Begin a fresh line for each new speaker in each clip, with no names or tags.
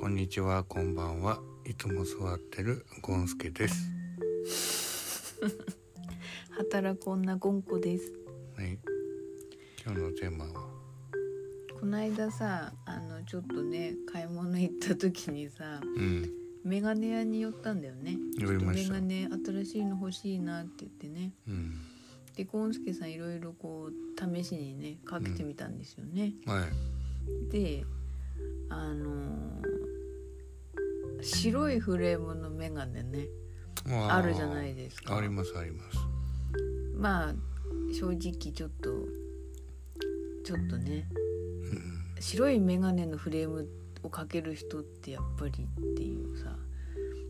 こんにちは、こんばんは。いつも座ってるゴンスケです。
働く女ゴンコです
はい。今日のテーマは、
こないださあのちょっとね買い物行った時にさ
うん、
メガネ屋に寄ったんだよね
寄りま
メ
した
ガ。ネ新しいの欲しいなって言ってね
うん、
でゴンスケさんいろいろこう試しにねかけてみたんですよね、
はい。
であのー白いフレームのメガネね
ま
あるじゃないですか
ありますあります。
まあ正直ちょっとちょっとね
うん、
白い眼鏡のフレームをかける人ってやっぱりっていうさ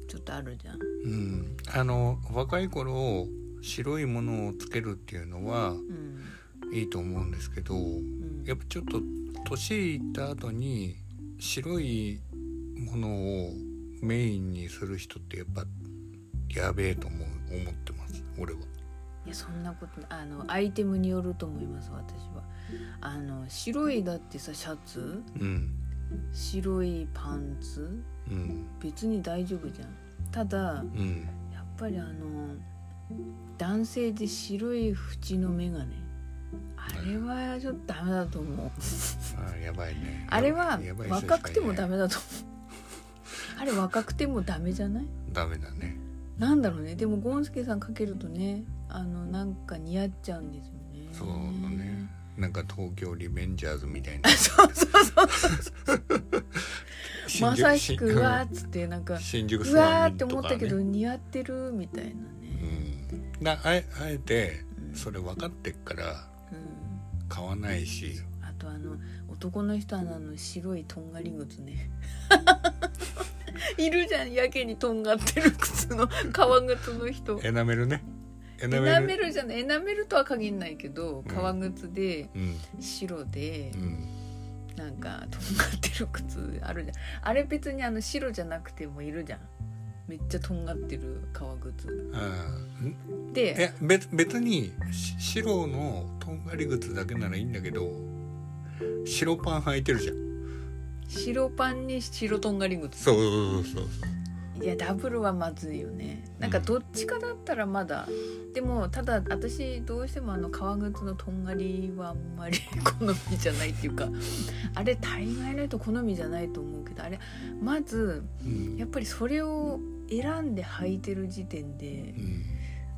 ちょっとあるじゃん。
うん、あの若い頃白いものをつけるっていうのは
うん
いいと思うんですけど、
うん、
やっぱちょっと年いった後に白いものをメインにする人ってやっぱやべえと思う思ってます俺は。
いやそんなことあのアイテムによると思います私は。あの白いだってさシャツ
うん、
白いパンツ
うん、
別に大丈夫じゃん。ただ
うん、
やっぱりあの男性で白い縁の眼鏡あれはちょっとダメだと思う。
あやばいね。
あれは
やばい人しか
若くてもダ
い
メだと思う。あれ若くてもダメじゃない
ない。ダメだね。
なんだろうねでもゴンスケさんかけるとねあのなんか似合っちゃうんですよね
そうだね。なんか東京リベンジャーズみたいな。
そうそうそう
新宿
まさしく
新
うわーっつってなんか
新宿
う
スワ
わー
ン
って
とか、ね、
思ったけど似合ってるみたいな
う
ね、
ん、だあえあえて
うん
それ分かってっから
うん
買わないし
あとあの男の人はあの白いとんがり靴 ねいるじゃんやけにとんがってる靴の革靴の人
エナメルねエ
エナメルじゃないエナメルとは限んないけど革靴で
うん
白で、
うん
なんかとんがってる靴あるじゃんあれ別にあの白じゃなくてもいるじゃんめっちゃとんがってる革靴
あーん
で
え別別にし白のとんがり靴だけならいいんだけど白パン履いてるじゃん
白パンに白とんがり靴
そうそうそう
いやダブルはまずいよねなんかどっちかだったらまだでもただ私どうしてもあの革靴のとんがりはあんまり 好みじゃないっていうかあれ大概ないと好みじゃないと思うけどあれまず
そう、うん
やっぱりそれを選んで履いてる時点で
うん、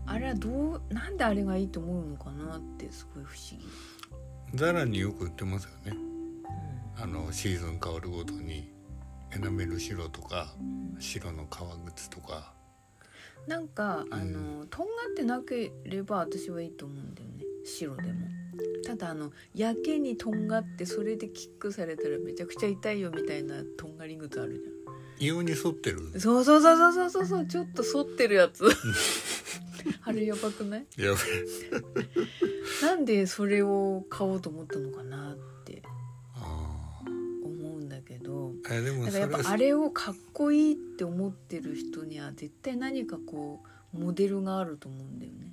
あれはどうなんであれがいいと思うのかなってすごい不思議、
ザラによく売ってますよねあのシーズン変わるごとにエナメル白とか白の革靴とか
なんか
ん
あのとんがってなければ私はいいと思うんだよね白でもただあのやけにとんがってそれでキックされたらめちゃくちゃ痛いよみたいなとんがり靴あるじ
異様に沿ってる
ゃんそうそうそうそうそうそうそうちょっと反ってるやつ あれやばくない
やべ
なんでそれを買おうと思ったのかなって
あ
思うんだけど
あでも
だ
そ
から
れ
やっぱあれをかっこいいって思ってる人には絶対何かこうモデルがあると思うんだよね。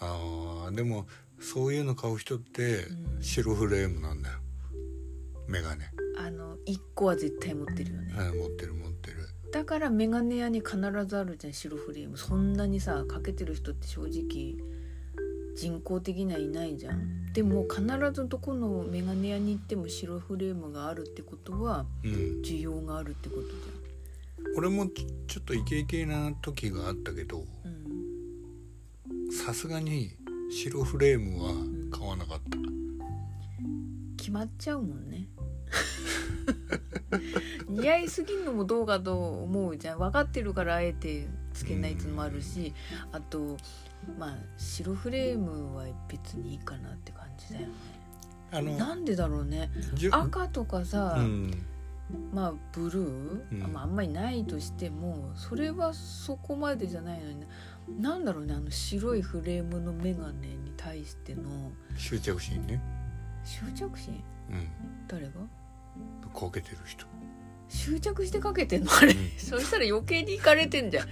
あーでもそういうの買う人って
うん
白フレームなんだよメガネ、
あの一個は絶対持ってるよね。
はい持ってる持ってる
だからメガネ屋に必ずあるじゃん白フレーム。そんなにさかけてる人って正直人工的にはいないじゃん。でも必ずどこのメガネ屋に行っても白フレームがあるってことは
うん
需要があるってことじ
俺もちちょっとイケイケな時があったけど
ゃん。うん。
さすがに白フレームは買わなかった、
決まっちゃうもんね 似合いすぎんのもどうかと思うじゃん分かってるからあえてつけないっていうのもあるしあとまあ白フレームは別にいいかなって感じだよね
あの
なんでだろうね
じゅ
赤とかさ、
うん
まあブルー、
うん
まあ、あんまりないとしてもそれはそこまでじゃないのになんだろうねあの白いフレームの眼鏡に対しての
執着心ね
執着心
うん
誰が
こけてる人
執着してかけてんのあれ、
うん
そしたら余計に行かれてんじゃん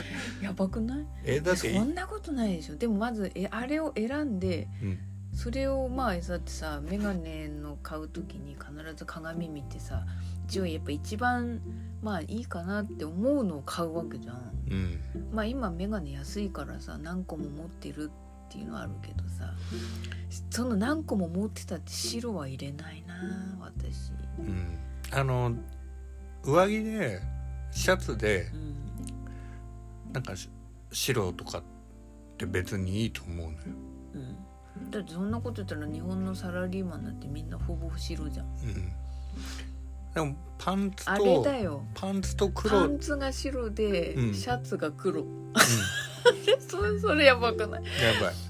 やばくない
えだっ
そ
て
んなことないでしょでもまずえあれを選んで
うん
それをまあだってさ眼鏡の買う時に必ず鏡見てさ一応やっぱ一番まあいいかなって思うのを買うわけじゃん
うん
まあ今メガネ安いからさ何個も持ってるっていうのはあるけどさその何個も持ってたって白は入れないな私
うんあの上着でシャツで
うん
なんかし白とかって別にいいと思うのよ、
うんだってそんなこと言ったら日本のサラリーマンなんてみんなほぼ白じゃん
うん、でもパンツ
あれ
と
だよ
パンツと黒、
パ
うん
ン、ツが白で、
うん
シャツが黒
や
それそれやばくない、
ばい、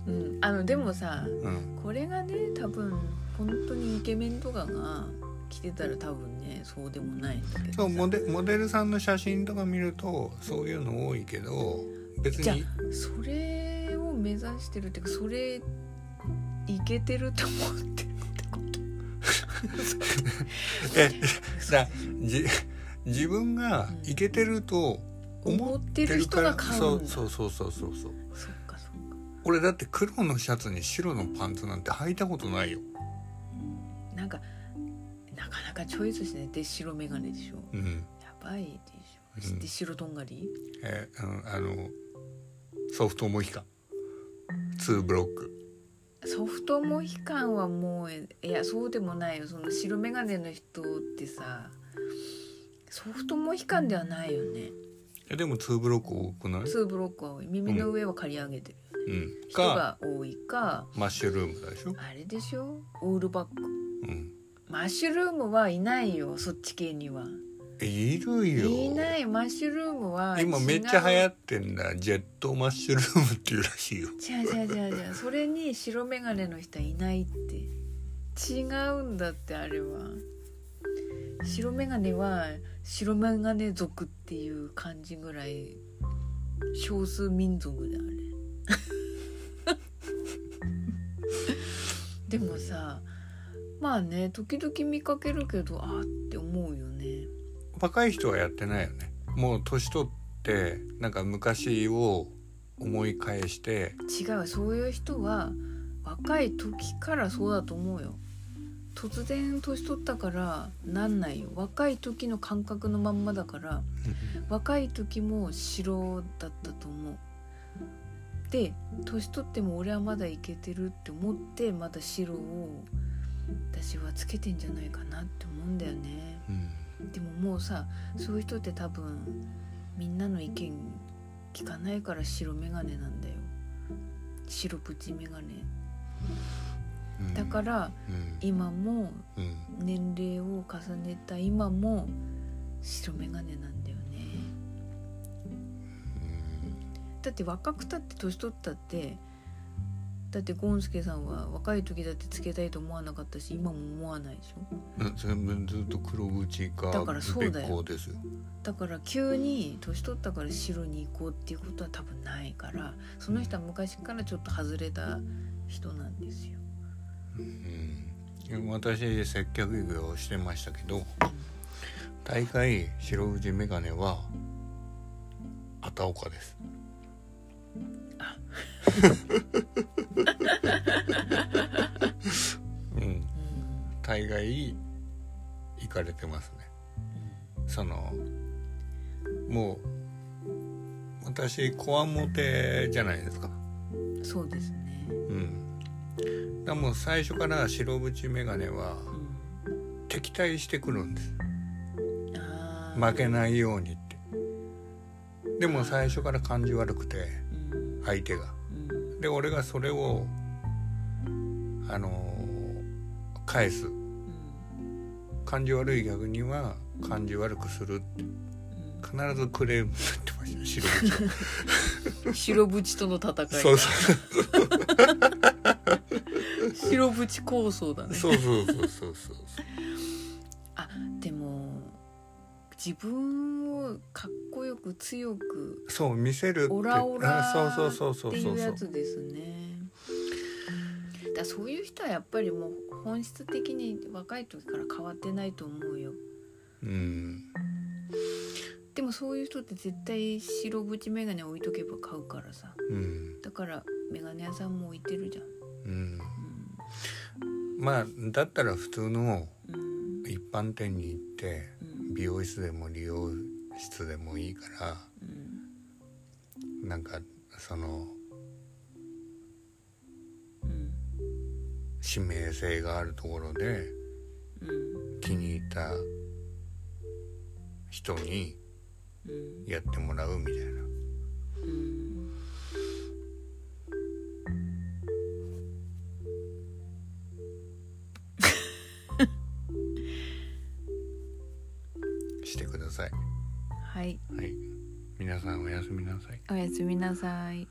うん、あのでもさ
うん、
これがね多分本当にイケメンとかが着てたら多分ねそうでもないんだけど
そうモ
さ
デモデルさんの写真とか見るとそういうの多いけど別
じゃ
に
それを目指してるっていうかそれいけてると思ってるってこと
えだじ自分がいけてると
思
思っ
って
て
る
る
人
から
が買
そううん
だそ
そうそうそうそうそう
っかそっか
俺だって黒のシャツに白のパンツなんて履いたことないよ
なんかなかなかチョイスしないで白眼鏡でしょ
うん
やばいでし
う
ょ
ん
で白とんがり
えーうんあのソフトモヒカン2ブロック
ソフトモヒカンはもうえいやそうでもないよその白眼鏡の人ってさソフトモヒカンではないよね
えでも2ブロック多くない、
2ブロックは多い耳の上は刈り上げてる、
うん、
人
か
が多いか
マッシュルームだでしょ、
あれでしょオールバック
うん、
マッシュルームはいないよそっち系には
えいるよ
いないマッシュルームは
今めっちゃ流
違
行
う
ってんだジェットマッシュルームっていうらしいよ
違う違う違う違うそれに白眼鏡の人はいないって違うんだってあれは白眼鏡は白眼鏡族っていう感じぐらい少数民族だあれ でもさまあね時々見かけるけどあーって思うよね
若い人はやってないよねもう年取ってなんか昔を思い返して
違うそういう人は若い時からそうだと思うよ突然年取ったからなんないよ若い時の感覚のまんまだから若い時も白だったと思うで年取っても俺はまだいけてるって思ってまだ白を私はつけてんじゃないかなって思うんだよね
うん
でももうさそういう人って多分みんなの意見聞かないから白眼鏡なんだよ白プチ眼鏡
うん
だから
うん
今も
うん
年齢を重ねた今も白眼鏡なんだよねだって若くたって年取ったってだってゴンスケさんは若い時だってつけたいと思わなかったし今も思わないでしょ
うんそれもずっと黒縁
だ
か
から
ズ
そ
ベ
うだよ
ッコですよ
だから急に年取ったから白に行こうっていうことは多分ないからその人は昔からちょっと外れた人なんですよ。
うん、私接客業をしてましたけど大会白藤メガネは片岡です
あ
うん
うん
大概行かれてますねそのもう私こわもてじゃないですか
うんそうですね。
うんだからもう最初から白縁メガネは
う
敵対してくるんです
ん、あー
負けないようにってでも最初から感じ悪くて
うん
相手が
うん
で俺がそれをあのー返す
うん
感じ悪い逆には感じ悪くするって必ずクレームになってま した白縁は
うん白縁との戦いだ
そうそう
白縁構想だね
そうそうそうそうそう
でも自分をかっこよく強く
そう見せるって
オラオラ
あそうそうそうそ
っ
う
て
そ
いう
うそ
や
う
つですね。だからそういう人はやっぱりもう本質的に若い時から変わってないと思うよ。
うん
でもそういう人って絶対白縁メガネ置いとけば買うからさ。
うん
だからメガネ屋さんも置いてるじゃん。
うんまあだったら普通の
うんうん
一般店に行って
うん
美容室でも理容室でもいいから
うん
なんかその
うん
指名性があるところで
うん
気に入った人に
うん
やってもらうみたいな
うん
してください
はい
はい皆さんおやすみなさい
おやすみなさい